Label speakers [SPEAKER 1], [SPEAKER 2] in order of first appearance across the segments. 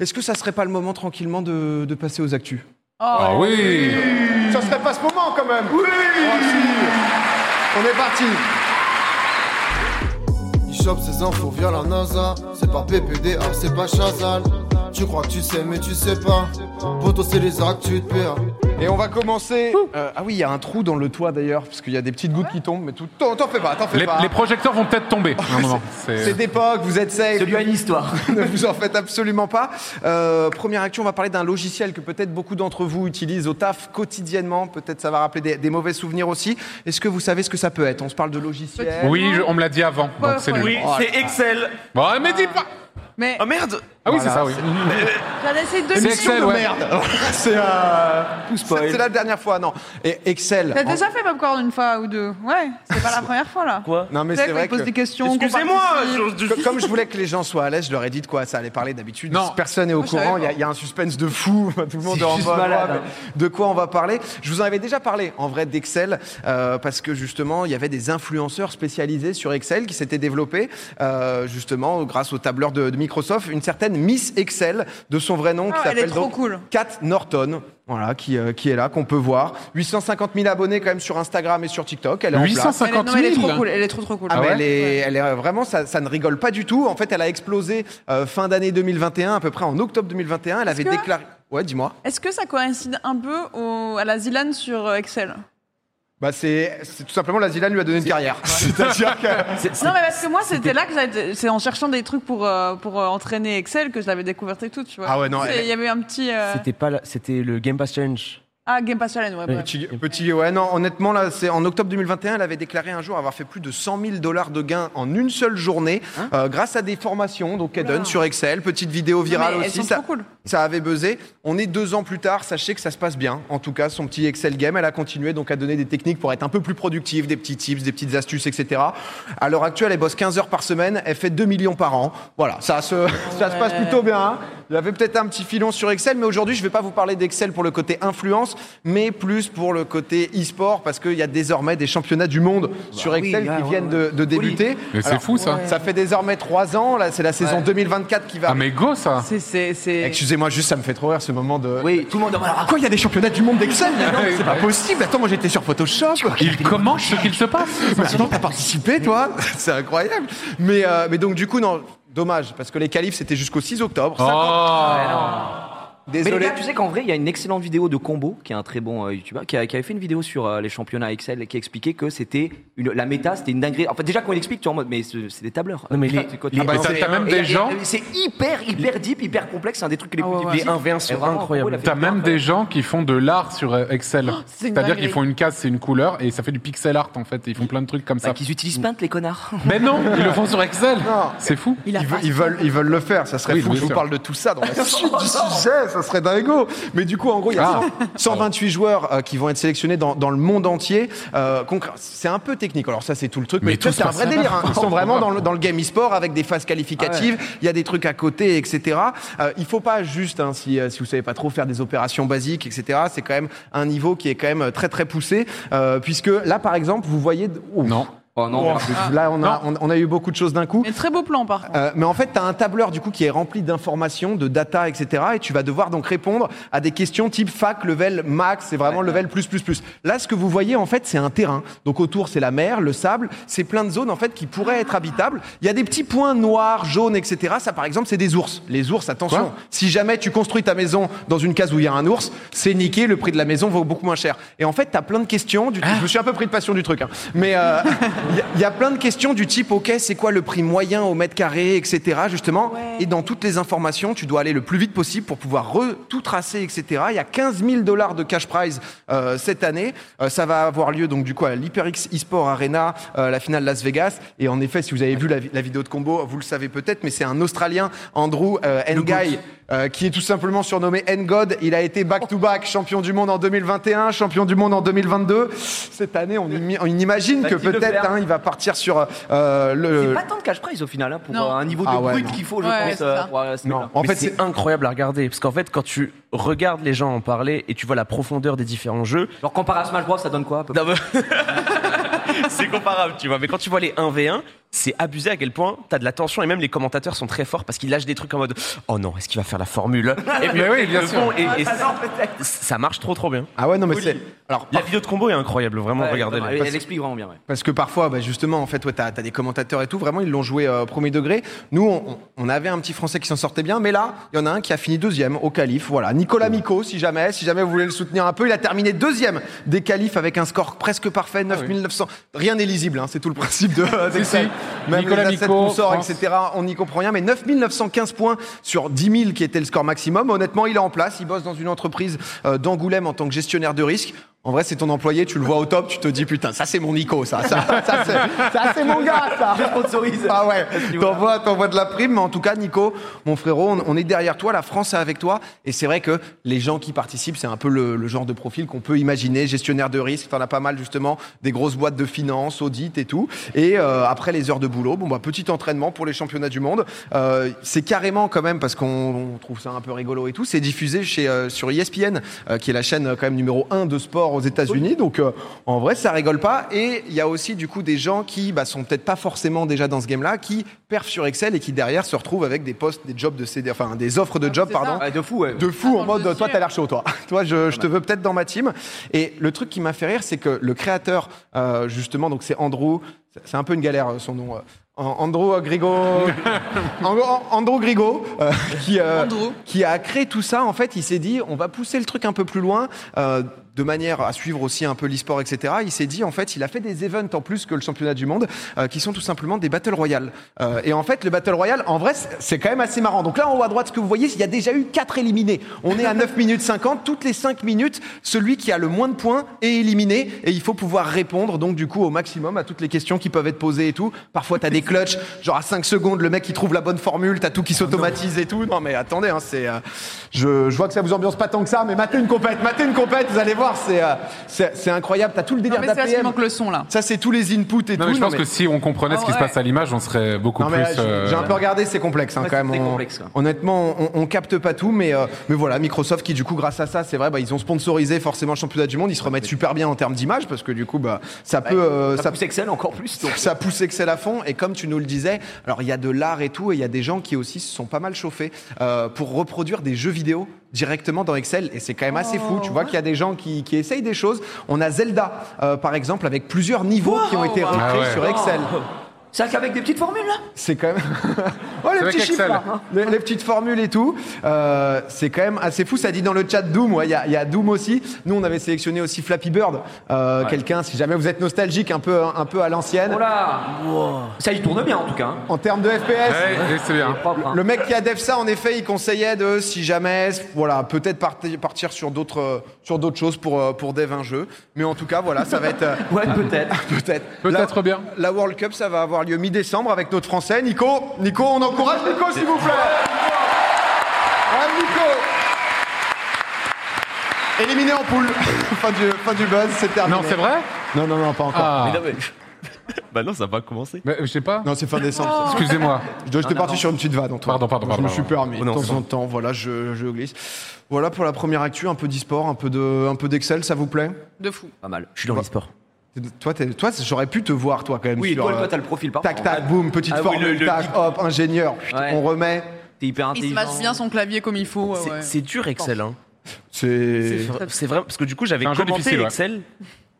[SPEAKER 1] Est-ce que ça serait pas le moment tranquillement de, de passer aux actus
[SPEAKER 2] Ah oui
[SPEAKER 3] Ça serait pas ce moment quand même Oui On est parti Il chope ses infos via la NASA C'est pas PPDA, ah, c'est pas Chazal Tu crois que tu sais mais tu sais pas Poto c'est les actus de PA
[SPEAKER 1] Et on va commencer. Euh, ah oui, il y a un trou dans le toit d'ailleurs, parce qu'il y a des petites gouttes qui tombent, mais tout. T'en t'en fais pas, t'en fais
[SPEAKER 2] les,
[SPEAKER 1] pas.
[SPEAKER 2] les projecteurs vont peut-être tomber. à un moment. C'est-
[SPEAKER 1] C'est d'époque, vous êtes safe.
[SPEAKER 4] Celui à une histoire.
[SPEAKER 1] ne vous en faites absolument pas. Euh, première action, on va parler d'un logiciel que peut-être beaucoup d'entre vous utilisent au taf quotidiennement. Peut-être ça va rappeler des, des mauvais souvenirs aussi. Est-ce que vous savez ce que ça peut être On se parle de logiciel.
[SPEAKER 2] euh, Oui, je- on me l'a dit avant, donc c'est nul.
[SPEAKER 5] Oui,
[SPEAKER 4] Oh,
[SPEAKER 5] c'est Excel.
[SPEAKER 2] Bon, mais dis pas
[SPEAKER 6] Mais
[SPEAKER 5] Oh merde
[SPEAKER 2] Ah oui, c'est ça, oui.
[SPEAKER 6] j'en essaie de
[SPEAKER 2] C'est Excel, ouais.
[SPEAKER 1] c'est euh, c'est- c'est la dernière fois, non. Et Excel.
[SPEAKER 6] T'as
[SPEAKER 1] en-
[SPEAKER 6] déjà fait popcorn une fois ou deux Ouais, c'est pas la première fois là.
[SPEAKER 5] Quoi
[SPEAKER 1] Non mais
[SPEAKER 6] Tu sais,
[SPEAKER 1] c'est
[SPEAKER 6] quand
[SPEAKER 1] vrai
[SPEAKER 6] ils posent
[SPEAKER 1] que.
[SPEAKER 6] des questions. qu'on
[SPEAKER 5] Excusez-moi
[SPEAKER 6] participe.
[SPEAKER 5] je- je-
[SPEAKER 1] Co- Comme je voulais que les gens soient à l'aise, je leur ai dit de quoi ça allait parler d'habitude.
[SPEAKER 2] Non.
[SPEAKER 1] Personne n'est au
[SPEAKER 6] Moi, je savais
[SPEAKER 1] courant. Il y, a-
[SPEAKER 6] pas.
[SPEAKER 1] il y a un suspense de fou. Tout le monde est en
[SPEAKER 4] juste
[SPEAKER 1] mode,
[SPEAKER 4] malade,
[SPEAKER 1] ouais,
[SPEAKER 4] hein.
[SPEAKER 1] mais De quoi on va parler Je vous en avais déjà parlé en vrai d'Excel euh, parce que justement il y avait des influenceurs spécialisés sur Excel qui s'étaient développés euh, justement grâce au tableur de, de Microsoft. Une certaine Miss Excel de son vrai nom
[SPEAKER 6] Ah,
[SPEAKER 1] qui
[SPEAKER 6] elle est
[SPEAKER 1] s'appelle
[SPEAKER 6] trop
[SPEAKER 1] donc
[SPEAKER 6] cool.
[SPEAKER 1] Kat Norton. Voilà, qui, euh, qui est là, qu'on peut voir. 850 000 abonnés quand même sur Instagram et sur TikTok. Elle est en place.
[SPEAKER 2] 850
[SPEAKER 6] Elle est- non, elle est
[SPEAKER 2] 000
[SPEAKER 6] trop cool, elle est trop trop cool.
[SPEAKER 1] Ah, mais
[SPEAKER 2] ouais
[SPEAKER 1] elle, est, elle est vraiment, ça, ça ne rigole pas du tout. En fait, elle a explosé euh, fin d'année 2021, à peu près en octobre 2021. Elle avait
[SPEAKER 6] que-
[SPEAKER 1] déclaré. Ouais, dis-moi.
[SPEAKER 6] Est-ce que ça coïncide un peu au- à la Zilane sur euh, Excel
[SPEAKER 1] Bah, c'est c'est tout simplement la Zila lui a donné une carrière. C'est-à-dire que.
[SPEAKER 6] Non, mais parce que moi, c'était là que j'avais- c'est en cherchant des trucs pour, euh, pour euh, entraîner Excel que je l'avais découverte et tout, tu vois.
[SPEAKER 1] Ah ouais, non,
[SPEAKER 6] C'est- Il
[SPEAKER 1] elle-
[SPEAKER 6] y avait un petit. euh,
[SPEAKER 4] C'était pas, la- c'était le Game Pass Challenge.
[SPEAKER 6] Ah, Game Pass Challenge, ouais. bref.
[SPEAKER 1] Petit, petit- ouais, non, honnêtement, là, c'est en octobre 2021, elle avait déclaré un jour avoir fait plus de 100 000 dollars de gains en une seule journée euh, grâce à des formations, donc elle donne sur Excel, petite vidéo virale
[SPEAKER 6] Non, mais elles
[SPEAKER 1] aussi.
[SPEAKER 6] sont
[SPEAKER 1] ça,
[SPEAKER 6] trop cool.
[SPEAKER 1] ça avait buzzé. On est deux ans plus tard, sachez que ça se passe bien. En tout cas, son petit Excel game, elle a continué donc à donner des techniques pour être un peu plus productive, des petits tips, des petites astuces, etc. À l'heure actuelle, elle bosse 15 heures par semaine, elle fait 2 millions par an. Voilà, ça se, ça se passe plutôt bien. hein. Il y avait peut-être un petit filon sur Excel, mais aujourd'hui, je ne vais pas vous parler d'Excel pour le côté influence, mais plus pour le côté e-sport, parce qu'il y a désormais des championnats du monde sur Excel
[SPEAKER 4] oui,
[SPEAKER 1] qui
[SPEAKER 4] ah, ouais,
[SPEAKER 1] viennent de- de, débuter.
[SPEAKER 2] Mais c'est
[SPEAKER 1] Alors,
[SPEAKER 2] fou, ça.
[SPEAKER 1] Ça fait désormais 3 ans, là, c'est la saison 2024 qui va
[SPEAKER 2] Ah, mais go, ça
[SPEAKER 6] C'est- C'est. c'est-
[SPEAKER 1] Excusez-moi, juste ça me fait trop rire ce moment de. Ah,
[SPEAKER 4] Oui, tout le monde en
[SPEAKER 7] ah,
[SPEAKER 4] parle.
[SPEAKER 1] Quoi, il y a des championnats du monde d'Excel mais non,
[SPEAKER 2] Ouais,
[SPEAKER 1] C'est pas
[SPEAKER 2] ouais.
[SPEAKER 1] possible. Attends, moi j'étais sur Photoshop.
[SPEAKER 2] Il commence ce qu'il se passe
[SPEAKER 1] Mais attends, t'as participé, toi C'est incroyable. Mais, euh, mais donc, du coup, non, dommage, parce que les qualifs, c'était jusqu'au 6 octobre.
[SPEAKER 2] Oh
[SPEAKER 4] Mais les
[SPEAKER 1] Désolé.
[SPEAKER 4] gars, tu sais qu'en vrai, il y a une excellente vidéo de Combo, qui est un très bon euh, youtubeur, qui, a- qui avait fait une vidéo sur euh, les championnats Excel et qui expliquait que c'était une, la méta, c'était une dinguerie. En fait, déjà, quand il explique, tu es en mode, mais ce- c'est des tableurs.
[SPEAKER 7] Non, mais
[SPEAKER 4] Putain,
[SPEAKER 7] les-
[SPEAKER 4] tu- quand
[SPEAKER 7] les-
[SPEAKER 4] tu-
[SPEAKER 7] Ah bah,
[SPEAKER 4] Et-
[SPEAKER 2] t'as- t'as même
[SPEAKER 4] et-
[SPEAKER 2] des
[SPEAKER 4] et-
[SPEAKER 2] gens-
[SPEAKER 4] et C'est hyper, hyper deep, hyper complexe. C'est un des trucs les plus
[SPEAKER 6] Ah ouais, ouais.
[SPEAKER 4] difficiles.
[SPEAKER 7] Les 1v1 sont
[SPEAKER 4] Et vraiment,
[SPEAKER 7] incroyables.
[SPEAKER 4] Combo, il a fait
[SPEAKER 2] T'as
[SPEAKER 4] une
[SPEAKER 2] même
[SPEAKER 4] dinguerie.
[SPEAKER 2] des gens qui font de l'art sur euh, Excel.
[SPEAKER 6] c'est une
[SPEAKER 2] C'est-à-dire
[SPEAKER 6] dinguerie.
[SPEAKER 2] qu'ils font une case, c'est une couleur, et ça fait du pixel art en fait. Ils font plein de trucs comme
[SPEAKER 4] Bah,
[SPEAKER 2] ça.
[SPEAKER 4] qu'ils utilisent peinte, les connards.
[SPEAKER 2] Mais non, ils le font sur Excel. C'est fou.
[SPEAKER 6] Il a
[SPEAKER 1] Ils,
[SPEAKER 6] pas-
[SPEAKER 1] veulent, ils, veulent, ils veulent le faire, ça serait
[SPEAKER 2] Oui,
[SPEAKER 1] fou que
[SPEAKER 2] bien
[SPEAKER 1] je vous
[SPEAKER 2] sûr.
[SPEAKER 1] parle de tout ça dans la suite du sujet, ça serait dingo. Mais du coup, en gros, il y a
[SPEAKER 2] Ah.
[SPEAKER 1] 100 128 joueurs euh, qui vont être sélectionnés dans, dans le monde entier. Euh, concr- c'est un peu technique, alors ça c'est tout le truc, mais,
[SPEAKER 2] Mais
[SPEAKER 1] tu vois,
[SPEAKER 2] tout
[SPEAKER 1] c'est
[SPEAKER 2] se
[SPEAKER 1] un
[SPEAKER 2] passe
[SPEAKER 1] vrai
[SPEAKER 2] là-bas.
[SPEAKER 1] délire. hein. Ils sont
[SPEAKER 2] Oh,
[SPEAKER 1] vraiment dans
[SPEAKER 2] grave.
[SPEAKER 1] le, dans le game e-sport avec des phases qualificatives, il y a des trucs à côté, etc. Euh, il faut pas juste, hein, si, euh, si vous savez pas trop, faire des opérations basiques, etc. C'est quand même un niveau qui est quand même très très poussé, euh, puisque là par exemple, vous voyez... Oh.
[SPEAKER 2] Non.
[SPEAKER 4] Oh
[SPEAKER 1] Oh,
[SPEAKER 4] non,
[SPEAKER 1] là, on a, on- on a eu beaucoup de choses d'un coup.
[SPEAKER 6] Mais très beau plan, par contre.
[SPEAKER 1] Euh, mais en fait, tu as un tableur du coup qui est rempli d'informations, de data, etc. Et tu vas devoir donc répondre à des questions type fac, level max, c'est vraiment level plus plus plus. Là, ce que vous voyez en fait, c'est un terrain. Donc autour, c'est la mer, le sable, c'est plein de zones en fait qui pourraient être habitables. Il y a des petits points noirs, jaunes, etc. Ça, par exemple, c'est des ours. Les ours, attention.
[SPEAKER 2] Quoi
[SPEAKER 1] si jamais tu construis ta maison dans une case où il y a un ours, c'est niqué. Le prix de la maison vaut beaucoup moins cher. Et en fait, tu as plein de questions. Du... Je me suis un peu pris de passion du truc, hein. mais euh, il y a- il y, a plein de questions du type ok, c'est quoi le prix moyen au mètre carré, etc. Justement. Et dans toutes les informations, tu dois aller le plus vite possible pour pouvoir re- tout tracer, etc. Il y a 15 000 dollars de cash prize euh, cette année. Euh, ça va avoir lieu donc du coup à l'HyperX eSport Arena, euh, la finale Las Vegas. Et en effet, si vous avez vu la, vi- la vidéo de combo, vous le savez peut-être, mais c'est un Australien, Andrew euh, Ngai, euh, qui est tout simplement surnommé N-God. Il a été back-to-back champion du monde en 2021, champion du monde en 2022. Cette année, on, imi- on imagine que
[SPEAKER 4] Facile de
[SPEAKER 1] peut-être
[SPEAKER 4] faire.
[SPEAKER 1] hein, il va partir sur euh, le.
[SPEAKER 4] C'est pas tant de cash prize au final, hein, pour
[SPEAKER 6] Non.
[SPEAKER 4] euh, un niveau de
[SPEAKER 1] Ah ouais,
[SPEAKER 4] brut
[SPEAKER 1] non.
[SPEAKER 4] qu'il faut, je
[SPEAKER 6] Ouais,
[SPEAKER 4] pense.
[SPEAKER 6] c'est
[SPEAKER 4] euh,
[SPEAKER 6] ça.
[SPEAKER 4] pour, euh, ce
[SPEAKER 1] Non.
[SPEAKER 4] niveau-là.
[SPEAKER 1] En
[SPEAKER 7] Mais
[SPEAKER 1] fait, c'est
[SPEAKER 7] c'est incroyable à regarder parce qu'en fait, quand tu regardes les gens en parler et tu vois la profondeur des différents jeux,
[SPEAKER 4] Genre, comparé à Smash Bros, ça donne quoi à peu près
[SPEAKER 7] Non, mais- c'est comparable, tu vois. Mais quand tu vois les 1v1, c'est abusé à quel point t'as de la tension et même les commentateurs sont très forts parce qu'ils lâchent des trucs en mode oh non est-ce qu'il va faire la formule et puis
[SPEAKER 2] Mais oui,
[SPEAKER 7] ils
[SPEAKER 2] bien
[SPEAKER 7] le
[SPEAKER 2] sûr.
[SPEAKER 7] font, et, et
[SPEAKER 4] ça sort
[SPEAKER 7] ça marche trop trop bien
[SPEAKER 1] Ah ouais, non, mais c'est. Alors,
[SPEAKER 7] la vidéo de combo est incroyable vraiment
[SPEAKER 4] Ouais,
[SPEAKER 7] regardez-la
[SPEAKER 4] Elle, elle explique vraiment bien. ouais.
[SPEAKER 1] Parce que parfois, bah, justement, en fait, ouais, t'as as des commentateurs et tout, vraiment, ils l'ont joué euh, premier degré. Nous, on, on avait un petit Français qui s'en sortait bien, mais là, il y en a un qui a fini deuxième au calife. Voilà, Nicolas Miko, si jamais, si jamais vous voulez le soutenir un peu, il a terminé deuxième des qualifs avec un score presque parfait, 9900. Rien n'est lisible, hein, c'est tout le principe de d'Excel.
[SPEAKER 2] Ah si.
[SPEAKER 1] Même
[SPEAKER 2] Nicolas
[SPEAKER 1] les assets
[SPEAKER 2] Micot,
[SPEAKER 1] qu'on sort,
[SPEAKER 2] France.
[SPEAKER 1] etc., on n'y comprend rien, mais 9915 points sur 10 000 qui était le score maximum. Honnêtement, il est en place, il bosse dans une entreprise euh, d'Angoulême en tant que gestionnaire de risque. En vrai, c'est ton employé, tu le vois au top, tu te dis putain, ça c'est mon Nico, ça, ça, ça, c'est- ça, c'est mon gars, ça. Ah ouais, t'envoies, t'envoies de la prime, mais en tout cas, Nico, mon frérot, on, on est derrière toi, la France est avec toi, et c'est vrai que les gens qui participent, c'est un peu le, le genre de profil qu'on peut imaginer, gestionnaire de risque, t'en as pas mal justement, des grosses boîtes de finances, audit et tout, et euh, après les heures de boulot, bon bah petit entraînement pour les championnats du monde, Euh, c'est carrément quand même parce qu'on on trouve ça un peu rigolo et tout, c'est diffusé chez euh, sur ESPN, euh, qui est la chaîne euh, quand même numéro 1 de sport aux États-Unis, donc euh, en vrai ça rigole pas, et il y a aussi du coup des gens qui bah, sont peut-être pas forcément déjà dans ce game-là, qui perfent sur Excel et qui derrière se retrouvent avec des postes, des jobs de CD, enfin des offres de jobs,
[SPEAKER 6] Ah, c'est
[SPEAKER 1] pardon,
[SPEAKER 6] ça.
[SPEAKER 4] Ouais, de fou, ouais.
[SPEAKER 1] de fou en
[SPEAKER 6] Ah, dans le
[SPEAKER 1] mode toi
[SPEAKER 6] dossier.
[SPEAKER 1] t'as l'air chaud toi toi je, je te veux peut-être dans ma team et le truc qui m'a fait rire c'est que le créateur euh, justement donc c'est Andrew c'est- c'est un peu une galère euh, son nom euh, An- Andrew euh, Grigo An- An- Andrew Grigo euh, qui euh,
[SPEAKER 6] Andrew.
[SPEAKER 1] qui a créé tout ça en fait il s'est dit on va pousser le truc un peu plus loin euh, de manière à suivre aussi un peu l'e-sport, etc. Il s'est dit, en fait, il a fait des events en plus que le championnat du monde, euh, qui sont tout simplement des Battle Royale. Euh, et en fait, le Battle Royale, en vrai, c'est- c'est quand même assez marrant. Donc là, en haut à droite, ce que vous voyez, il y a déjà eu 4 éliminés. On est à 9 minutes 50. Toutes les 5 minutes, celui qui a le moins de points est éliminé. Et il faut pouvoir répondre, donc, du coup, au maximum à toutes les questions qui peuvent être posées et tout. Parfois, t'as des clutches, genre à 5 secondes, le mec, il trouve la bonne formule, t'as tout qui s'automatise et tout. Non, mais attendez, hein, c'est. euh, je, je vois que ça vous ambiance pas tant que ça, mais matez une compète, matez une compète, vous allez voir, c'est, euh, c'est, c'est incroyable. T'as tout le
[SPEAKER 6] Non,
[SPEAKER 1] délire
[SPEAKER 6] mais c'est parce qu'il
[SPEAKER 1] d'APM.
[SPEAKER 6] manque le son là.
[SPEAKER 1] Ça, c'est tous les inputs et
[SPEAKER 2] Non,
[SPEAKER 1] tout.
[SPEAKER 2] mais je
[SPEAKER 1] Non,
[SPEAKER 2] pense
[SPEAKER 1] mais-
[SPEAKER 2] que si on comprenait ce qui
[SPEAKER 6] Ah
[SPEAKER 2] se
[SPEAKER 6] ouais.
[SPEAKER 2] passe à l'image, on serait beaucoup
[SPEAKER 1] non, mais
[SPEAKER 2] plus.
[SPEAKER 1] j'ai-
[SPEAKER 2] euh,
[SPEAKER 1] j'ai un peu regardé, c'est complexe hein,
[SPEAKER 4] Ouais,
[SPEAKER 1] quand
[SPEAKER 4] c'est
[SPEAKER 1] même.
[SPEAKER 4] très
[SPEAKER 1] on-
[SPEAKER 4] complexe, ouais.
[SPEAKER 1] Honnêtement, on, on capte pas tout, mais, euh, mais voilà, Microsoft qui du coup, grâce à ça, c'est vrai, bah, ils ont sponsorisé forcément le championnat du monde, ils se remettent super bien en termes d'image parce que du coup, bah, ça peut. euh,
[SPEAKER 4] ça,
[SPEAKER 1] ça-
[SPEAKER 4] pousse Excel encore plus. donc.
[SPEAKER 1] ça pousse Excel à fond et comme tu nous le disais, alors il y a de l'art et tout et il y a des gens qui aussi se sont pas mal chauffés euh, pour reproduire des jeux vidéo directement dans Excel et c'est quand même assez fou. Tu
[SPEAKER 4] Oh,
[SPEAKER 1] vois qu'il y a des gens qui, qui essayent des choses. On a Zelda euh, par exemple avec plusieurs niveaux qui ont été
[SPEAKER 6] wow.
[SPEAKER 1] recréés
[SPEAKER 2] Ah ouais.
[SPEAKER 1] sur Excel.
[SPEAKER 4] Oh, C'est qu'avec des petites formules là
[SPEAKER 1] C'est quand même. oh, les
[SPEAKER 2] vrai
[SPEAKER 1] petits chiffres,
[SPEAKER 2] qu'Excel.
[SPEAKER 1] là, hein. les, les petites formules et tout. Euh, c'est quand même assez fou. Ça dit dans le chat Doom. ouais, Il y, a- il y a Doom aussi. Nous, on avait sélectionné aussi Flappy Bird. Euh, Quelqu'un, si jamais vous êtes nostalgique, un peu, un peu à l'ancienne.
[SPEAKER 4] Oh là Ça il tourne bien en tout cas. hein.
[SPEAKER 1] En termes de FPS,
[SPEAKER 2] ouais, et c'est bien.
[SPEAKER 4] Propre, hein.
[SPEAKER 1] le mec qui a dev ça, en effet, il conseillait de, si jamais, voilà, peut-être parti- partir sur d'autres, euh, sur d'autres choses pour, euh, pour dev un jeu. Mais en tout cas, voilà, ça va être euh,
[SPEAKER 4] Ouais, peut-être.
[SPEAKER 1] peut-être.
[SPEAKER 2] Peut-être
[SPEAKER 1] La-
[SPEAKER 2] bien.
[SPEAKER 1] La World Cup, ça va avoir lieu mi-décembre avec notre Français, Nico. Nico, on encourage Nico, s'il vous plaît. Ah, Nico. Éliminé en poule. fin du, fin du buzz, c'est terminé.
[SPEAKER 2] Non, c'est vrai
[SPEAKER 1] Non, non, non, pas encore.
[SPEAKER 2] Ah,
[SPEAKER 7] bah non ça va commencer
[SPEAKER 2] mais euh, je sais pas.
[SPEAKER 1] Non, c'est fin décembre.
[SPEAKER 2] Excusez-moi.
[SPEAKER 1] Je j'étais parti sur une petite vanne. Antoine.
[SPEAKER 2] Pardon, pardon,
[SPEAKER 1] Je
[SPEAKER 2] pardon,
[SPEAKER 1] me suis
[SPEAKER 2] pardon.
[SPEAKER 1] permis.
[SPEAKER 7] Oh non,
[SPEAKER 1] de
[SPEAKER 7] c'est
[SPEAKER 1] temps en temps, voilà, je, je glisse. Voilà pour la première actu, un peu d'e-sport, un peu de, un peu d'Excel, ça vous plaît
[SPEAKER 6] De fou.
[SPEAKER 4] Pas mal.
[SPEAKER 7] je suis dans l'e-sport
[SPEAKER 1] Toi, t'es- toi, j'aurais pu te voir, toi, quand même.
[SPEAKER 4] Oui,
[SPEAKER 1] sur,
[SPEAKER 4] toi,
[SPEAKER 1] euh,
[SPEAKER 4] toi, t'as le profil par
[SPEAKER 1] Tac,
[SPEAKER 4] contre.
[SPEAKER 1] tac, boum, petite
[SPEAKER 4] Ah oui,
[SPEAKER 1] formule,
[SPEAKER 4] le- le-
[SPEAKER 1] tac, hop, ingénieur.
[SPEAKER 4] Ouais.
[SPEAKER 1] On remet.
[SPEAKER 4] T'es
[SPEAKER 6] Il
[SPEAKER 4] hyper
[SPEAKER 6] se
[SPEAKER 4] intelligent.
[SPEAKER 6] masse bien son clavier comme il faut. ouais,
[SPEAKER 7] c'est
[SPEAKER 6] ouais.
[SPEAKER 7] c'est dur Excel hein C'est
[SPEAKER 1] C'est.
[SPEAKER 7] vra- c'est vraiment parce que du coup j'avais
[SPEAKER 2] C'est un jeu
[SPEAKER 7] commenté
[SPEAKER 2] difficile, ouais.
[SPEAKER 7] Excel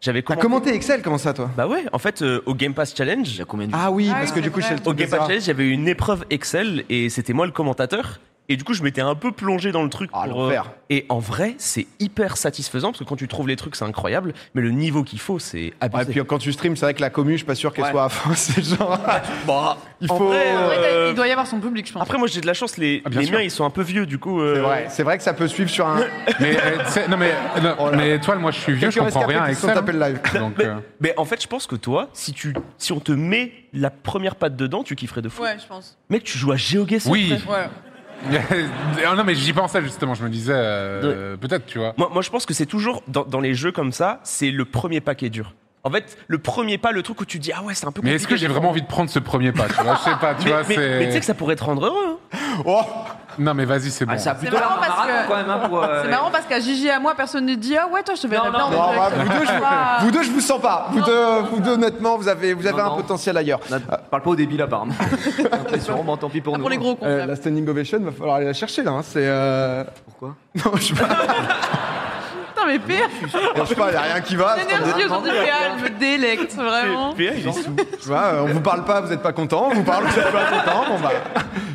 [SPEAKER 7] j'avais
[SPEAKER 1] T'as
[SPEAKER 7] commenté
[SPEAKER 1] commenté Excel, comment ça, toi
[SPEAKER 7] bah ouais en fait euh, au Game Pass
[SPEAKER 4] Il y
[SPEAKER 7] Challenge
[SPEAKER 4] a combien de
[SPEAKER 1] Ah oui,
[SPEAKER 6] Ah
[SPEAKER 1] parce
[SPEAKER 6] oui,
[SPEAKER 1] que
[SPEAKER 6] c'est
[SPEAKER 1] du coup,
[SPEAKER 6] vrai.
[SPEAKER 1] chez le
[SPEAKER 7] au Game Pass Challenge j'avais une épreuve Excel et c'était moi le commentateur et du coup je m'étais un peu plongé dans le truc
[SPEAKER 1] Ah,
[SPEAKER 7] pour, euh,
[SPEAKER 1] l'enfer.
[SPEAKER 7] et en vrai c'est hyper satisfaisant parce que quand tu trouves les trucs c'est incroyable mais le niveau qu'il faut c'est
[SPEAKER 1] Ouais,
[SPEAKER 7] abusé
[SPEAKER 1] puis quand tu streams, c'est vrai que la commu, je suis pas sûr qu'elle
[SPEAKER 4] Ouais.
[SPEAKER 1] soit à fond. C'est genre. Il
[SPEAKER 7] En
[SPEAKER 1] faut.
[SPEAKER 7] vrai, euh,
[SPEAKER 6] Après, t'as- Il doit y avoir son public, je pense.
[SPEAKER 7] Après, moi, j'ai de la chance, les,
[SPEAKER 2] Ah, bien
[SPEAKER 7] les
[SPEAKER 2] sûr.
[SPEAKER 7] miens, ils sont un peu vieux, du coup.
[SPEAKER 1] C'est
[SPEAKER 7] euh,
[SPEAKER 1] vrai. C'est vrai que ça peut suivre sur un.
[SPEAKER 2] Mais, euh, tu sais- non, mais, non, mais toi, moi, je suis vieux, je
[SPEAKER 1] Quelques
[SPEAKER 2] comprends rien à
[SPEAKER 1] rescapés qui se sont
[SPEAKER 2] Excel.
[SPEAKER 1] tapés le live.
[SPEAKER 2] hein. Donc,
[SPEAKER 7] Mais,
[SPEAKER 2] euh,
[SPEAKER 7] mais en fait, je pense que toi, si, tu, si on te met la première patte dedans, tu kifferais de fou.
[SPEAKER 6] Ouais, je pense.
[SPEAKER 7] Mec, tu joues à GeoGuessr.
[SPEAKER 2] oui.
[SPEAKER 7] frère.
[SPEAKER 6] Ouais.
[SPEAKER 2] Ah non, mais j'y pensais justement. Je me disais, euh, peut-être, tu vois.
[SPEAKER 7] Moi, moi, je pense que c'est toujours, dans, dans les jeux comme ça, c'est le premier pas qui est dur. En fait, le premier pas, le truc où tu te dis, ah ouais, c'est un peu
[SPEAKER 2] Mais
[SPEAKER 7] compliqué.
[SPEAKER 2] est-ce que j'ai vraiment envie de prendre ce premier pas Tu vois, je sais pas. Tu
[SPEAKER 7] Mais
[SPEAKER 2] vois,
[SPEAKER 7] mais- mais tu sais que
[SPEAKER 2] c'est.
[SPEAKER 7] ça pourrait te rendre heureux. hein.
[SPEAKER 1] Oh
[SPEAKER 2] Non, mais vas-y, c'est bon.
[SPEAKER 4] Ah, ça a plutôt
[SPEAKER 6] marrant
[SPEAKER 4] l'air d'un
[SPEAKER 6] parce
[SPEAKER 4] marathon
[SPEAKER 6] que-
[SPEAKER 4] quand même. hein, pour, euh,
[SPEAKER 6] C'est marrant parce qu'à Gigi et à moi, personne ne dit Ah ouais, toi, je te verrais
[SPEAKER 4] Non,
[SPEAKER 6] bien.
[SPEAKER 4] non,
[SPEAKER 6] en
[SPEAKER 4] non,
[SPEAKER 1] Non, bah,
[SPEAKER 6] direct.
[SPEAKER 1] vous, deux, je,
[SPEAKER 6] Ah.
[SPEAKER 1] vous deux, je vous sens pas. Vous deux, vous deux, honnêtement, vous avez, vous avez
[SPEAKER 4] Non,
[SPEAKER 1] un
[SPEAKER 4] non.
[SPEAKER 1] potentiel ailleurs.
[SPEAKER 4] Notre-
[SPEAKER 1] Euh,
[SPEAKER 4] parle pas au débile apparemment. Après, sûrement, tant pis pour nous.
[SPEAKER 6] Ah, Pour les gros cons.
[SPEAKER 1] Euh, la standing ovation, va falloir aller la chercher là. hein, C'est. euh,
[SPEAKER 4] Pourquoi
[SPEAKER 1] Non, je sais pas.
[SPEAKER 6] Putain, mais pire,
[SPEAKER 1] Je sais pas, il a rien qui va.
[SPEAKER 6] l'énergie aujourd'hui, elle me délecte,
[SPEAKER 4] Ah.
[SPEAKER 6] vraiment.
[SPEAKER 7] Pierre, il est sous.
[SPEAKER 1] Tu vois, euh, on vous parle pas, vous n'êtes pas content, on vous parle, vous n'êtes pas content, bon bah,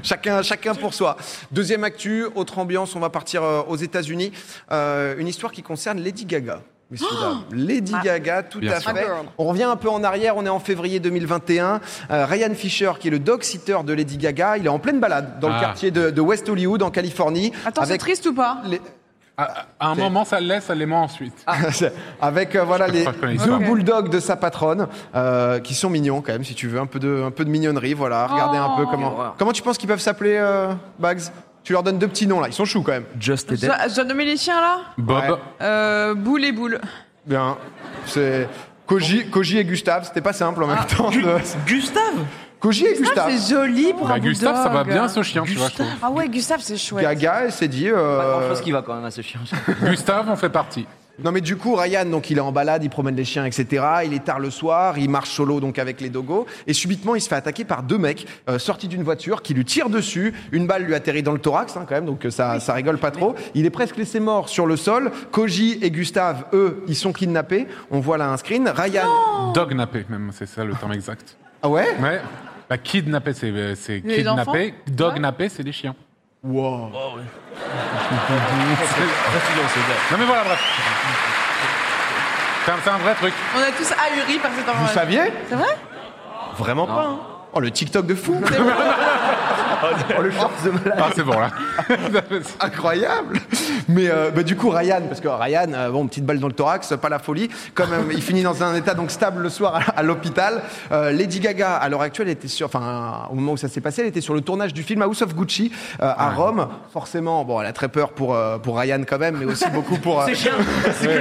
[SPEAKER 1] chacun, chacun pour soi. Deuxième actu, autre ambiance, on va partir euh, aux États-Unis. Euh, une histoire qui concerne Lady Gaga. messieurs,
[SPEAKER 6] Oh
[SPEAKER 1] dames. Lady
[SPEAKER 6] Ma-
[SPEAKER 1] Gaga, tout
[SPEAKER 2] Bien
[SPEAKER 1] à
[SPEAKER 2] sûr.
[SPEAKER 6] Ah,
[SPEAKER 1] fait. On revient un peu en arrière, on est en février 2021. Euh, Ryan Fisher, qui est le dog-sitter de Lady Gaga, il est en pleine balade dans le
[SPEAKER 2] Ah.
[SPEAKER 1] quartier de, de West Hollywood, en Californie.
[SPEAKER 6] Attends, c'est
[SPEAKER 1] avec
[SPEAKER 6] triste ou pas
[SPEAKER 1] les-
[SPEAKER 2] À, Ah, à un moment, ça le laisse, ça les ment ensuite.
[SPEAKER 1] Ah, avec euh, voilà
[SPEAKER 2] Je
[SPEAKER 1] les
[SPEAKER 2] crois que je connais
[SPEAKER 1] deux
[SPEAKER 2] l'histoire.
[SPEAKER 1] bulldogs de sa patronne euh, qui sont mignons quand même si tu veux un peu de un peu de mignonnerie voilà regardez un peu
[SPEAKER 6] Oh.
[SPEAKER 1] comment
[SPEAKER 4] Horreur.
[SPEAKER 1] comment tu penses qu'ils peuvent s'appeler euh, Bags tu leur donnes deux petits noms là ils sont choux quand même
[SPEAKER 7] Just
[SPEAKER 6] Je dois je dois nommer les chiens là
[SPEAKER 2] Bob, Bah,
[SPEAKER 1] Ouais.
[SPEAKER 6] euh, Boule et boule.
[SPEAKER 1] bien c'est Koji Koji et Gustave c'était pas simple en même temps de-
[SPEAKER 7] Gustave
[SPEAKER 1] Koji et
[SPEAKER 6] Ah,
[SPEAKER 1] Gustave
[SPEAKER 6] c'est joli pour
[SPEAKER 2] Bah,
[SPEAKER 6] un
[SPEAKER 2] Gustave, ça va
[SPEAKER 6] bulldog.
[SPEAKER 2] bien ce chien, tu vois. je
[SPEAKER 6] Ah ouais, Gustave, c'est chouette.
[SPEAKER 1] Gaga elle s'est dit euh,
[SPEAKER 6] Bah,
[SPEAKER 4] Pas grand chose qui va quand même à ce chien.
[SPEAKER 2] trouve. Gustave, on fait partie.
[SPEAKER 1] Non mais du coup Ryan donc il est en balade, il promène les chiens etc. Il est tard le soir, il marche solo donc avec les dogos et subitement il se fait attaquer par deux mecs euh, sortis d'une voiture qui lui tirent dessus. Une balle lui atterrit dans le thorax hein, quand même donc euh, ça ça rigole pas trop. Il est presque laissé mort sur le sol. Koji et Gustave eux ils sont kidnappés. On voit là un screen. Ryan
[SPEAKER 2] Dog nappé, même, c'est ça le terme exact.
[SPEAKER 1] ah ouais
[SPEAKER 2] Ouais. Bah, kidnappé, c'est euh, c'est
[SPEAKER 6] Les
[SPEAKER 2] kidnappé.
[SPEAKER 6] enfants
[SPEAKER 2] Dog
[SPEAKER 6] Ouais.
[SPEAKER 2] nappé, c'est des chiens.
[SPEAKER 1] wow.
[SPEAKER 2] Non, mais voilà, bref. C'est un- C'est un vrai truc.
[SPEAKER 6] On a tous ahuri par cette
[SPEAKER 1] Vous
[SPEAKER 6] information.
[SPEAKER 1] saviez
[SPEAKER 6] C'est vrai
[SPEAKER 7] Vraiment pas. hein.
[SPEAKER 1] Oh le TikTok de fou
[SPEAKER 4] Oh, le short de malade.
[SPEAKER 2] Ah, c'est bon, là.
[SPEAKER 1] incroyable. Mais euh, bah, du coup, Ryan, parce que Ryan, euh, bon, petite balle dans le thorax, pas la folie. Comme euh, il finit dans un état donc stable le soir à, à l'hôpital. euh, Lady Gaga, à l'heure actuelle, était sur, enfin, au moment où ça s'est passé, elle était sur le tournage du film House of Gucci euh, à Rome. Forcément, bon, elle a très peur pour euh, pour Ryan quand même, mais aussi beaucoup pour. euh,
[SPEAKER 4] Ryan, les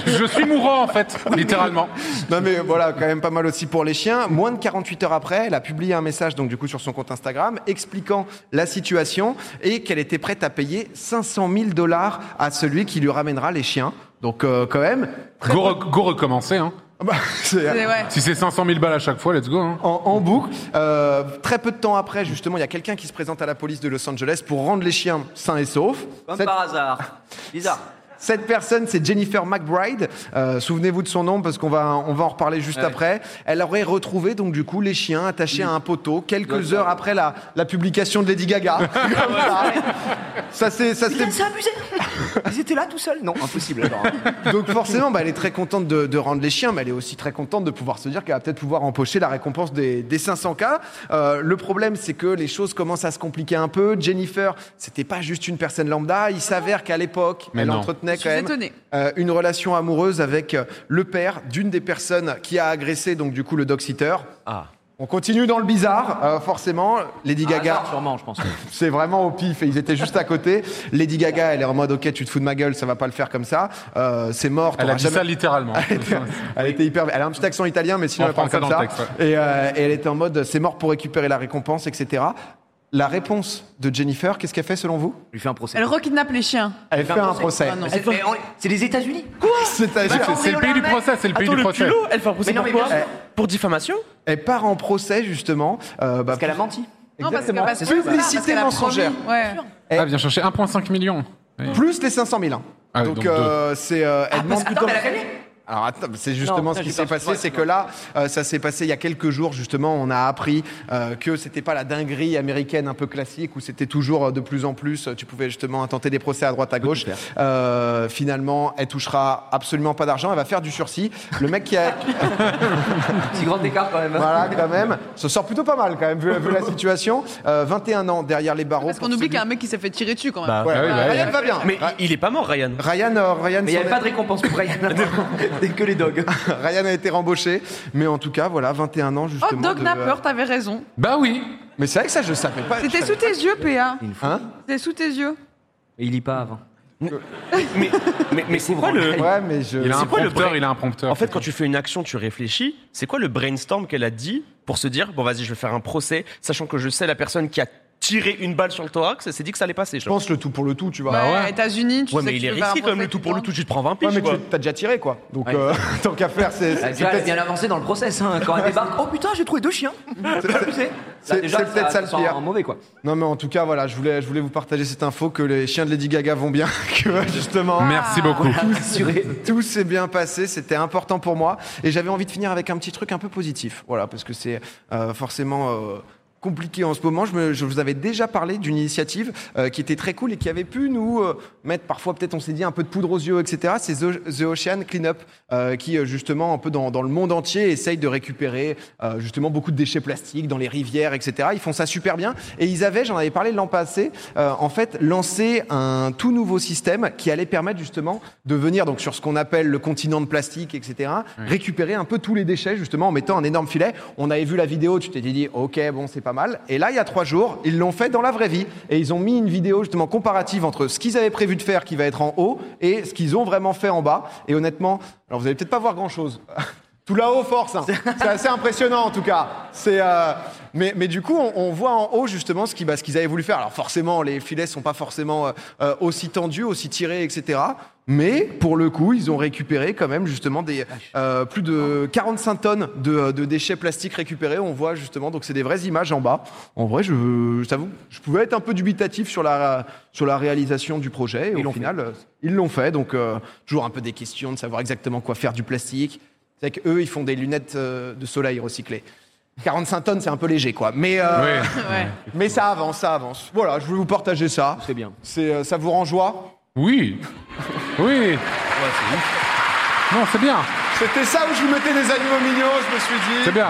[SPEAKER 4] chiens
[SPEAKER 2] Je suis mourant, en fait, littéralement.
[SPEAKER 1] Non mais voilà, quand même pas mal aussi pour les chiens. Moins de 48 heures après, elle a publié un message donc du coup sur son compte Instagram expliquant la situation et qu'elle était prête à payer 500 000 dollars à celui qui lui ramènera les chiens. Donc euh, quand même,
[SPEAKER 2] Go, re- go recommencer, hein.
[SPEAKER 1] bah, c'est-
[SPEAKER 6] C'est- ouais.
[SPEAKER 2] Si c'est 500 000 balles à chaque fois, let's go. Hein.
[SPEAKER 1] en, en boucle. Euh, très peu de temps après, justement, il y a quelqu'un qui se présente à la police de Los Angeles pour rendre les chiens sains et saufs.
[SPEAKER 4] Comme
[SPEAKER 1] Cette-
[SPEAKER 4] par hasard. Bizarre.
[SPEAKER 1] Cette personne, c'est Jennifer McBride. Euh, Souvenez-vous de son nom parce qu'on va, on va en reparler juste
[SPEAKER 4] Ouais.
[SPEAKER 1] après. Elle aurait retrouvé donc du coup les chiens attachés à un poteau quelques
[SPEAKER 4] Ouais.
[SPEAKER 1] heures après la, la publication de Lady Gaga. Comme ça. ça c'est, ça c'est.
[SPEAKER 4] C'est abusé Ils étaient là tout seuls Non, impossible. alors. hein.
[SPEAKER 1] Donc forcément, bah, elle est très contente de, de rendre les chiens, mais elle est aussi très contente de pouvoir se dire qu'elle va peut-être pouvoir empocher la récompense des, des 500K. Euh, le problème, c'est que les choses commencent à se compliquer un peu. Jennifer, c'était pas juste une personne lambda. Il s'avère qu'à l'époque,
[SPEAKER 2] Mais
[SPEAKER 1] elle
[SPEAKER 2] non.
[SPEAKER 1] entretenait
[SPEAKER 6] Je
[SPEAKER 1] quand
[SPEAKER 6] suis
[SPEAKER 1] même
[SPEAKER 6] étonnée.
[SPEAKER 1] euh, une relation amoureuse avec euh, le père d'une des personnes qui a agressé donc du coup le dog-sitter.
[SPEAKER 7] Ah.
[SPEAKER 1] On continue dans le bizarre, euh, forcément. Lady
[SPEAKER 2] Ah,
[SPEAKER 4] Par
[SPEAKER 1] Gaga,
[SPEAKER 4] hasard, sûrement, je pense.
[SPEAKER 1] c'est vraiment au pif. et Ils étaient juste à côté. Lady Gaga, elle est en mode ok, tu te fous de ma gueule, ça va pas le faire comme ça. Euh, c'est mort.
[SPEAKER 2] Elle a
[SPEAKER 1] t'auras
[SPEAKER 2] dit
[SPEAKER 1] jamais-
[SPEAKER 2] ça littéralement.
[SPEAKER 7] Ah,
[SPEAKER 1] elle était hyper. Elle a un petit accent italien, mais sinon
[SPEAKER 2] On
[SPEAKER 1] elle parle
[SPEAKER 2] prend
[SPEAKER 1] comme
[SPEAKER 2] ça
[SPEAKER 1] ça.
[SPEAKER 2] dans le texte,
[SPEAKER 1] Et, euh, et elle était en mode c'est mort pour récupérer la récompense, etc. La réponse de Jennifer, qu'est-ce qu'elle fait selon vous
[SPEAKER 4] Je lui fais un procès.
[SPEAKER 6] Elle rekidnappe les chiens.
[SPEAKER 1] Elle fait un procès.
[SPEAKER 6] Ah non.
[SPEAKER 4] Elle- mais on- C'est les États-Unis
[SPEAKER 1] C'est-à-dire,
[SPEAKER 2] C'est c'est le pays du procès, c'est le pays
[SPEAKER 7] Attends,
[SPEAKER 2] du
[SPEAKER 7] le
[SPEAKER 2] procès.
[SPEAKER 7] culot, elle fait un procès
[SPEAKER 4] Mais non, mais
[SPEAKER 7] pour quoi
[SPEAKER 4] bien sûr.
[SPEAKER 7] Pour diffamation
[SPEAKER 1] elle part en procès justement. euh, bah,
[SPEAKER 4] Parce qu'elle a menti.
[SPEAKER 6] Non, parce que-
[SPEAKER 1] Exactement.
[SPEAKER 6] parce que-
[SPEAKER 1] Publicité
[SPEAKER 6] parce qu'elle a
[SPEAKER 1] mensongère.
[SPEAKER 6] promis. Ouais.
[SPEAKER 2] Ah, viens chercher 1,5 million. Oui.
[SPEAKER 1] plus les 500 000. hein.
[SPEAKER 2] Ah,
[SPEAKER 1] donc
[SPEAKER 2] donc
[SPEAKER 1] euh, c'est euh,
[SPEAKER 6] Ah,
[SPEAKER 1] elle demande-
[SPEAKER 4] Attends, mais elle a gagné
[SPEAKER 1] Alors attends, c'est justement
[SPEAKER 4] Non,
[SPEAKER 1] ce qui
[SPEAKER 4] j'ai
[SPEAKER 1] s'est
[SPEAKER 4] peur,
[SPEAKER 1] passé,
[SPEAKER 4] ouais,
[SPEAKER 1] c'est que
[SPEAKER 4] non.
[SPEAKER 1] là, euh, ça s'est passé il y a quelques jours justement. On a appris euh, que c'était pas la dinguerie américaine un peu classique où c'était toujours euh, de plus en plus. euh, Tu pouvais justement tenter des procès à droite à gauche. Euh, finalement, elle touchera absolument pas d'argent. Elle va faire du sursis. Le mec qui a
[SPEAKER 4] Si grand écart quand même. hein.
[SPEAKER 1] voilà quand même, se sort plutôt pas mal quand même vu, vu la situation. Euh, 21 ans derrière les barreaux.
[SPEAKER 6] Parce qu'on
[SPEAKER 1] pour
[SPEAKER 6] oublie qu'il
[SPEAKER 1] celui-
[SPEAKER 6] y a un mec qui s'est fait tirer dessus quand même.
[SPEAKER 7] Bah,
[SPEAKER 2] Ah oui, bah,
[SPEAKER 1] Ryan va bien.
[SPEAKER 7] Mais il- il est pas mort, Ryan.
[SPEAKER 1] Ryan, euh, Ryan,
[SPEAKER 4] Mais il n'y
[SPEAKER 1] s'en
[SPEAKER 4] avait
[SPEAKER 1] est-
[SPEAKER 4] pas de récompense pour Ryan. Dès que les dogs.
[SPEAKER 1] Ryan a été rembauché, mais en tout cas, voilà, 21 ans justement.
[SPEAKER 6] Oh, Dog
[SPEAKER 1] de- euh,
[SPEAKER 6] Napper, t'avais raison.
[SPEAKER 2] Bah oui.
[SPEAKER 1] Mais c'est vrai que ça, je savais pas.
[SPEAKER 6] C'était
[SPEAKER 1] je
[SPEAKER 6] sous
[SPEAKER 1] savais-
[SPEAKER 6] tes yeux, PA.
[SPEAKER 1] Hein
[SPEAKER 6] C'était sous tes yeux.
[SPEAKER 4] Il lit pas avant.
[SPEAKER 7] Mais, mais, mais c'est quoi le.
[SPEAKER 1] Ouais, mais je.
[SPEAKER 2] Il a un
[SPEAKER 7] quoi le
[SPEAKER 2] prompteur,
[SPEAKER 7] vrai-
[SPEAKER 2] il a un prompteur.
[SPEAKER 7] En fait, quand tu fais une action, tu réfléchis. C'est quoi le brainstorm qu'elle a dit pour se dire bon, vas-y, je vais faire un procès, sachant que je sais la personne qui a tirer une balle sur le thorax, elle s'est dit que ça allait passer.
[SPEAKER 1] Je
[SPEAKER 7] Genre.
[SPEAKER 1] pense le tout pour le tout, tu vois.
[SPEAKER 6] Bah Ouais, États-Unis, tu
[SPEAKER 7] Ouais,
[SPEAKER 6] sais
[SPEAKER 7] mais
[SPEAKER 6] que
[SPEAKER 7] il
[SPEAKER 6] tu
[SPEAKER 7] est
[SPEAKER 6] peux faire un
[SPEAKER 7] risqué quand même,
[SPEAKER 6] procès
[SPEAKER 7] le tout
[SPEAKER 6] tout
[SPEAKER 7] pour le
[SPEAKER 6] temps.
[SPEAKER 7] tout, tu te prends 20
[SPEAKER 1] Ouais,
[SPEAKER 7] piges,
[SPEAKER 1] mais tu
[SPEAKER 7] quoi.
[SPEAKER 1] t'as déjà tiré, quoi. Donc,
[SPEAKER 4] Ouais.
[SPEAKER 1] euh, tant qu'à faire, c'est.
[SPEAKER 2] Bah,
[SPEAKER 4] Ah,
[SPEAKER 1] c'est-
[SPEAKER 4] déjà,
[SPEAKER 1] c'est
[SPEAKER 4] elle est bien
[SPEAKER 1] peut-être-
[SPEAKER 4] avancée dans le process. hein. Quand elle débarque, oh putain, j'ai trouvé deux chiens. Tu sais,
[SPEAKER 1] c'est-
[SPEAKER 4] là, déjà,
[SPEAKER 1] c'est peut-être ça le
[SPEAKER 4] sent
[SPEAKER 1] pire.
[SPEAKER 4] un mauvais quoi.
[SPEAKER 1] Non, mais en tout cas, voilà, je voulais, je voulais vous partager cette info que les chiens de Lady Gaga vont bien, que justement.
[SPEAKER 6] Ah.
[SPEAKER 2] Merci beaucoup.
[SPEAKER 4] Assuré.
[SPEAKER 1] Tout s'est bien passé, c'était important pour moi. Et j'avais envie de finir avec un petit truc un peu positif. Voilà, parce que c'est euh, forcément. euh, compliqué en ce moment. Je, me- je vous avais déjà parlé d'une initiative euh, qui était très cool et qui avait pu nous euh, mettre parfois peut-être on s'est dit un peu de poudre aux yeux, etc. C'est The, The Ocean Cleanup euh, qui euh, justement un peu dans, dans le monde entier essaye de récupérer euh, justement beaucoup de déchets plastiques dans les rivières, etc. Ils font ça super bien et ils avaient, j'en avais parlé l'an passé, euh, en fait lancé un tout nouveau système qui allait permettre justement de venir donc sur ce qu'on appelle le continent de plastique, etc. Récupérer un peu tous les déchets justement en mettant un énorme filet. On avait vu la vidéo, tu t'es dit ok bon c'est pas mal. Et là il y a trois jours ils l'ont fait dans la vraie vie et ils ont mis une vidéo justement comparative entre ce qu'ils avaient prévu de faire qui va être en haut et ce qu'ils ont vraiment fait en bas. Et honnêtement alors vous allez peut-être pas voir grand chose. Tout là-haut, force. hein. C'est assez impressionnant en tout cas. C'est, euh, mais, mais du coup, on, on voit en haut justement ce, qui, bah, ce qu'ils avaient voulu faire. Alors forcément, les filets sont pas forcément euh, euh, aussi tendus, aussi tirés, etc. Mais pour le coup, ils ont récupéré quand même justement des, euh, plus de 45 tonnes de, de déchets plastiques récupérés. On voit justement, donc c'est des vraies images en bas. En vrai, je, je t'avoue, je pouvais être un peu dubitatif sur la, sur la réalisation du projet. Et
[SPEAKER 4] Ils
[SPEAKER 1] au
[SPEAKER 4] l'ont
[SPEAKER 1] final, euh, ils l'ont fait. Donc euh, toujours un peu des questions de savoir exactement quoi faire du plastique. C'est qu'eux, ils font des lunettes euh, de soleil recyclées. 45 tonnes, c'est un peu léger, quoi. Mais, euh,
[SPEAKER 2] Oui.
[SPEAKER 6] Ouais.
[SPEAKER 1] mais ça avance, ça avance. Voilà, je voulais vous partager ça.
[SPEAKER 4] C'est bien.
[SPEAKER 1] C'est, euh, ça vous rend joie
[SPEAKER 2] Oui. Oui. Non, c'est bien.
[SPEAKER 1] C'était ça où je vous mettais des animaux mignons, je me suis dit.
[SPEAKER 2] C'est bien.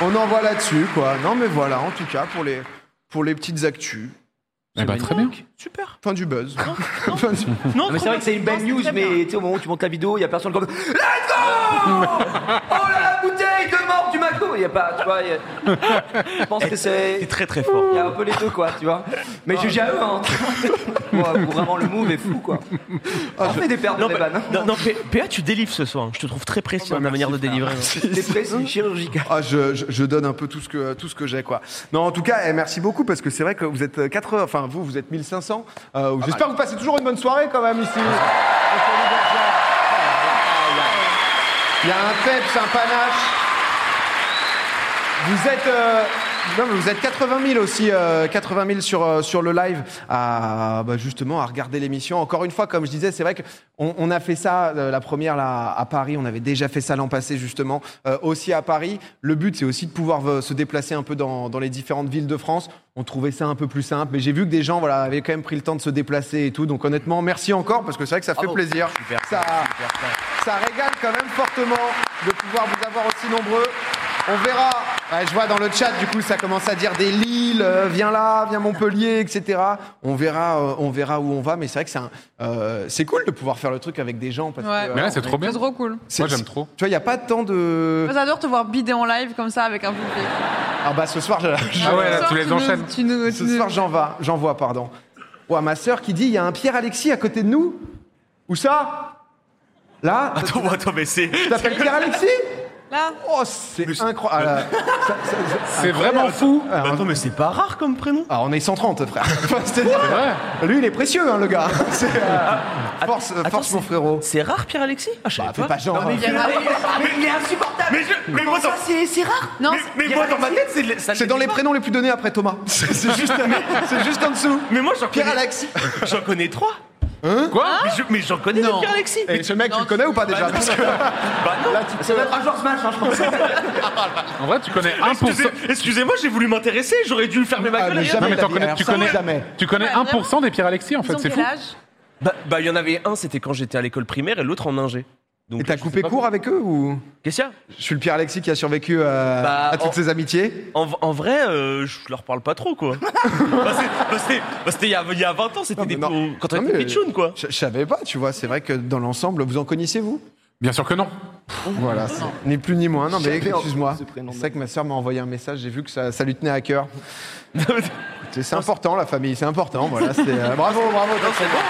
[SPEAKER 1] On envoie là-dessus, quoi. Non, mais voilà, en tout cas, pour les, pour les petites actus.
[SPEAKER 2] Eh ben, très bien.
[SPEAKER 7] Super.
[SPEAKER 1] Fin du buzz.
[SPEAKER 7] non.
[SPEAKER 1] Fin du-
[SPEAKER 7] Non,
[SPEAKER 4] Ah, mais c'est vrai que c'est une belle news, mais tu sais, au moment où tu montes la vidéo, il y a personne comme. Let's go Oh là la bouteille de mort du McDo Il y a pas, tu vois. il y a- Je pense que c'est.
[SPEAKER 7] C'est très très fort.
[SPEAKER 4] Il y a un peu les deux, quoi, tu vois. Mais j'ai à eux, hein. Ouais, pour vraiment, le move est fou, quoi. On fait des pertes de
[SPEAKER 7] Non,
[SPEAKER 4] Reban, hein.
[SPEAKER 7] P- bah, non, Oh, non, P- PA, tu délivres ce soir. Je te trouve très précis dans la manière de délivrer.
[SPEAKER 4] C'est précis, chirurgical.
[SPEAKER 1] Ah, je, je- je donne un peu tout ce que, tout ce que j'ai, quoi. Non, en tout cas, eh, merci beaucoup parce que c'est vrai que vous êtes 4 heures, enfin, vous, vous êtes 1500. Euh, J'espère que vous passez toujours une bonne soirée quand même ici. Il y a un peps, un panache. Vous êtes. euh, Non, mais vous êtes 80 000 aussi, euh, 80 000 sur, euh, sur le live, à, bah, justement à regarder l'émission. Encore une fois, comme je disais, c'est vrai qu'on on a fait ça, euh, la première là, à Paris, on avait déjà fait ça l'an passé, justement, euh, aussi à Paris. Le but, c'est aussi de pouvoir euh, se déplacer un peu dans, dans les différentes villes de France. On trouvait ça un peu plus simple, mais j'ai vu que des gens voilà, avaient quand même pris le temps de se déplacer et tout. Donc honnêtement, merci encore, parce que c'est vrai que ça fait plaisir. ça, ça régale quand même fortement de pouvoir vous avoir aussi nombreux. On verra. Ouais, je vois dans le chat, du coup, ça commence à dire des Lille, euh, viens là, viens Montpellier, etc. On verra, euh, on verra où on va, mais c'est vrai que c'est un, euh, c'est cool de pouvoir faire le truc avec des gens parce
[SPEAKER 6] Ouais.
[SPEAKER 1] que. euh,
[SPEAKER 2] Mais là, c'est trop bien.
[SPEAKER 6] C'est trop cool.
[SPEAKER 1] c'est-
[SPEAKER 2] Moi, j'aime trop.
[SPEAKER 1] Tu vois, il n'y a pas tant de.
[SPEAKER 6] Moi, J'adore te voir bider en live comme ça avec un public.
[SPEAKER 1] Ah bah ce soir, je- je-
[SPEAKER 2] Ah ouais,
[SPEAKER 6] Ce
[SPEAKER 2] là,
[SPEAKER 6] soir,
[SPEAKER 2] tu les
[SPEAKER 6] nous-
[SPEAKER 2] enchaînes.
[SPEAKER 6] Tu nous, tu
[SPEAKER 1] ce
[SPEAKER 6] nous-
[SPEAKER 1] soir j'en va, j'en vois, pardon. Ouah, ma sœur qui dit, il y a un Pierre Alexis à côté de nous. Où ça Là,
[SPEAKER 7] Attends, attends, mais c'est.
[SPEAKER 1] tu t'appelles Pierre Alexis
[SPEAKER 6] Là,
[SPEAKER 1] Oh, c'est incroyable.
[SPEAKER 2] C'est vraiment fou.
[SPEAKER 7] Ah, Attends, mais c'est pas rare comme prénom.
[SPEAKER 1] Ah, on est 130, frère. Enfin, c'est-à-dire-
[SPEAKER 2] Ouais.
[SPEAKER 1] Lui, il est précieux, hein, le gars. C'est, euh, force, euh,
[SPEAKER 7] attends,
[SPEAKER 1] force, mon
[SPEAKER 7] c'est-
[SPEAKER 1] frérot.
[SPEAKER 7] C'est rare, Pierre Alexis Ah, je
[SPEAKER 1] Bah,
[SPEAKER 7] savais
[SPEAKER 1] fais
[SPEAKER 7] pas.
[SPEAKER 1] pas genre.
[SPEAKER 4] Mais, il est insupportable. Mais, moi, ça, c'est c'est rare.
[SPEAKER 6] non,
[SPEAKER 7] Mais moi, dans ma tête, c'est. le- ça
[SPEAKER 1] C'est
[SPEAKER 7] ne
[SPEAKER 1] dans les
[SPEAKER 7] l'était pas.
[SPEAKER 1] prénoms les plus donnés après Thomas. C'est c'est juste, c'est juste en dessous.
[SPEAKER 7] Mais moi, j'en
[SPEAKER 1] Pierre
[SPEAKER 7] connais.
[SPEAKER 1] Alexis.
[SPEAKER 7] J'en connais trois.
[SPEAKER 2] Quoi
[SPEAKER 7] Ah, Mais je- Mais j'en connais des
[SPEAKER 6] Non.
[SPEAKER 7] Pierre Alexis.
[SPEAKER 1] Et ce mec, tu le connais ou pas déjà Parce que
[SPEAKER 7] Bah non.
[SPEAKER 1] là, tu
[SPEAKER 4] Ça va
[SPEAKER 1] peux-
[SPEAKER 4] être un genre smash, hein, je pense.
[SPEAKER 2] En vrai, tu connais 1%.
[SPEAKER 7] Excusez- Excusez-moi, j'ai voulu m'intéresser. J'aurais dû fermer ma
[SPEAKER 1] Ah, mais
[SPEAKER 7] gueule.
[SPEAKER 1] jamais
[SPEAKER 2] Non, mais
[SPEAKER 1] de la
[SPEAKER 2] t'en
[SPEAKER 1] vie.
[SPEAKER 2] connais-
[SPEAKER 1] Alors
[SPEAKER 2] tu
[SPEAKER 1] ça,
[SPEAKER 2] connais-
[SPEAKER 1] jamais.
[SPEAKER 2] Tu connais
[SPEAKER 6] Ouais,
[SPEAKER 2] 1% des Pierre Alexis, en
[SPEAKER 6] ils
[SPEAKER 2] fait,
[SPEAKER 6] ont
[SPEAKER 2] c'est
[SPEAKER 6] quel
[SPEAKER 2] fou.
[SPEAKER 6] âge
[SPEAKER 7] Bah, bah, il y en avait un, c'était quand j'étais à l'école primaire, et l'autre en ingé. Donc,
[SPEAKER 1] Et t'as
[SPEAKER 7] je
[SPEAKER 1] coupé
[SPEAKER 7] sais pas
[SPEAKER 1] court avec eux ou
[SPEAKER 7] pourquoi. Qu'est-ce qu'il y a
[SPEAKER 1] Je suis le Pierre Alexis qui a survécu euh,
[SPEAKER 7] Bah,
[SPEAKER 1] à toutes
[SPEAKER 7] en-
[SPEAKER 1] ses amitiés.
[SPEAKER 7] En, en vrai, euh, je leur parle pas trop, quoi. Bah, c'est- bah, C'était bah, c'était il y, a- il y a 20 ans, c'était
[SPEAKER 1] Non, mais
[SPEAKER 7] des
[SPEAKER 1] non.
[SPEAKER 7] cons- quand on
[SPEAKER 1] Non,
[SPEAKER 7] était
[SPEAKER 1] mais-
[SPEAKER 7] pitchoun, quoi.
[SPEAKER 1] Je je savais pas, tu vois. C'est vrai que dans l'ensemble, vous en connaissez vous
[SPEAKER 2] Bien sûr que non.
[SPEAKER 1] Voilà, c'est- ni plus ni moins. Non, mais
[SPEAKER 4] J'avais
[SPEAKER 1] excuse-moi.
[SPEAKER 4] entendu ce prénom.
[SPEAKER 1] C'est vrai que ma sœur m'a envoyé un message, j'ai vu que ça, ça lui tenait à cœur. C'est c'est important, la famille, c'est important. Voilà, c'est, euh, bravo, bravo.
[SPEAKER 7] Non, c'est bon.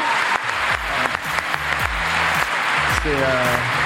[SPEAKER 1] c'est, euh,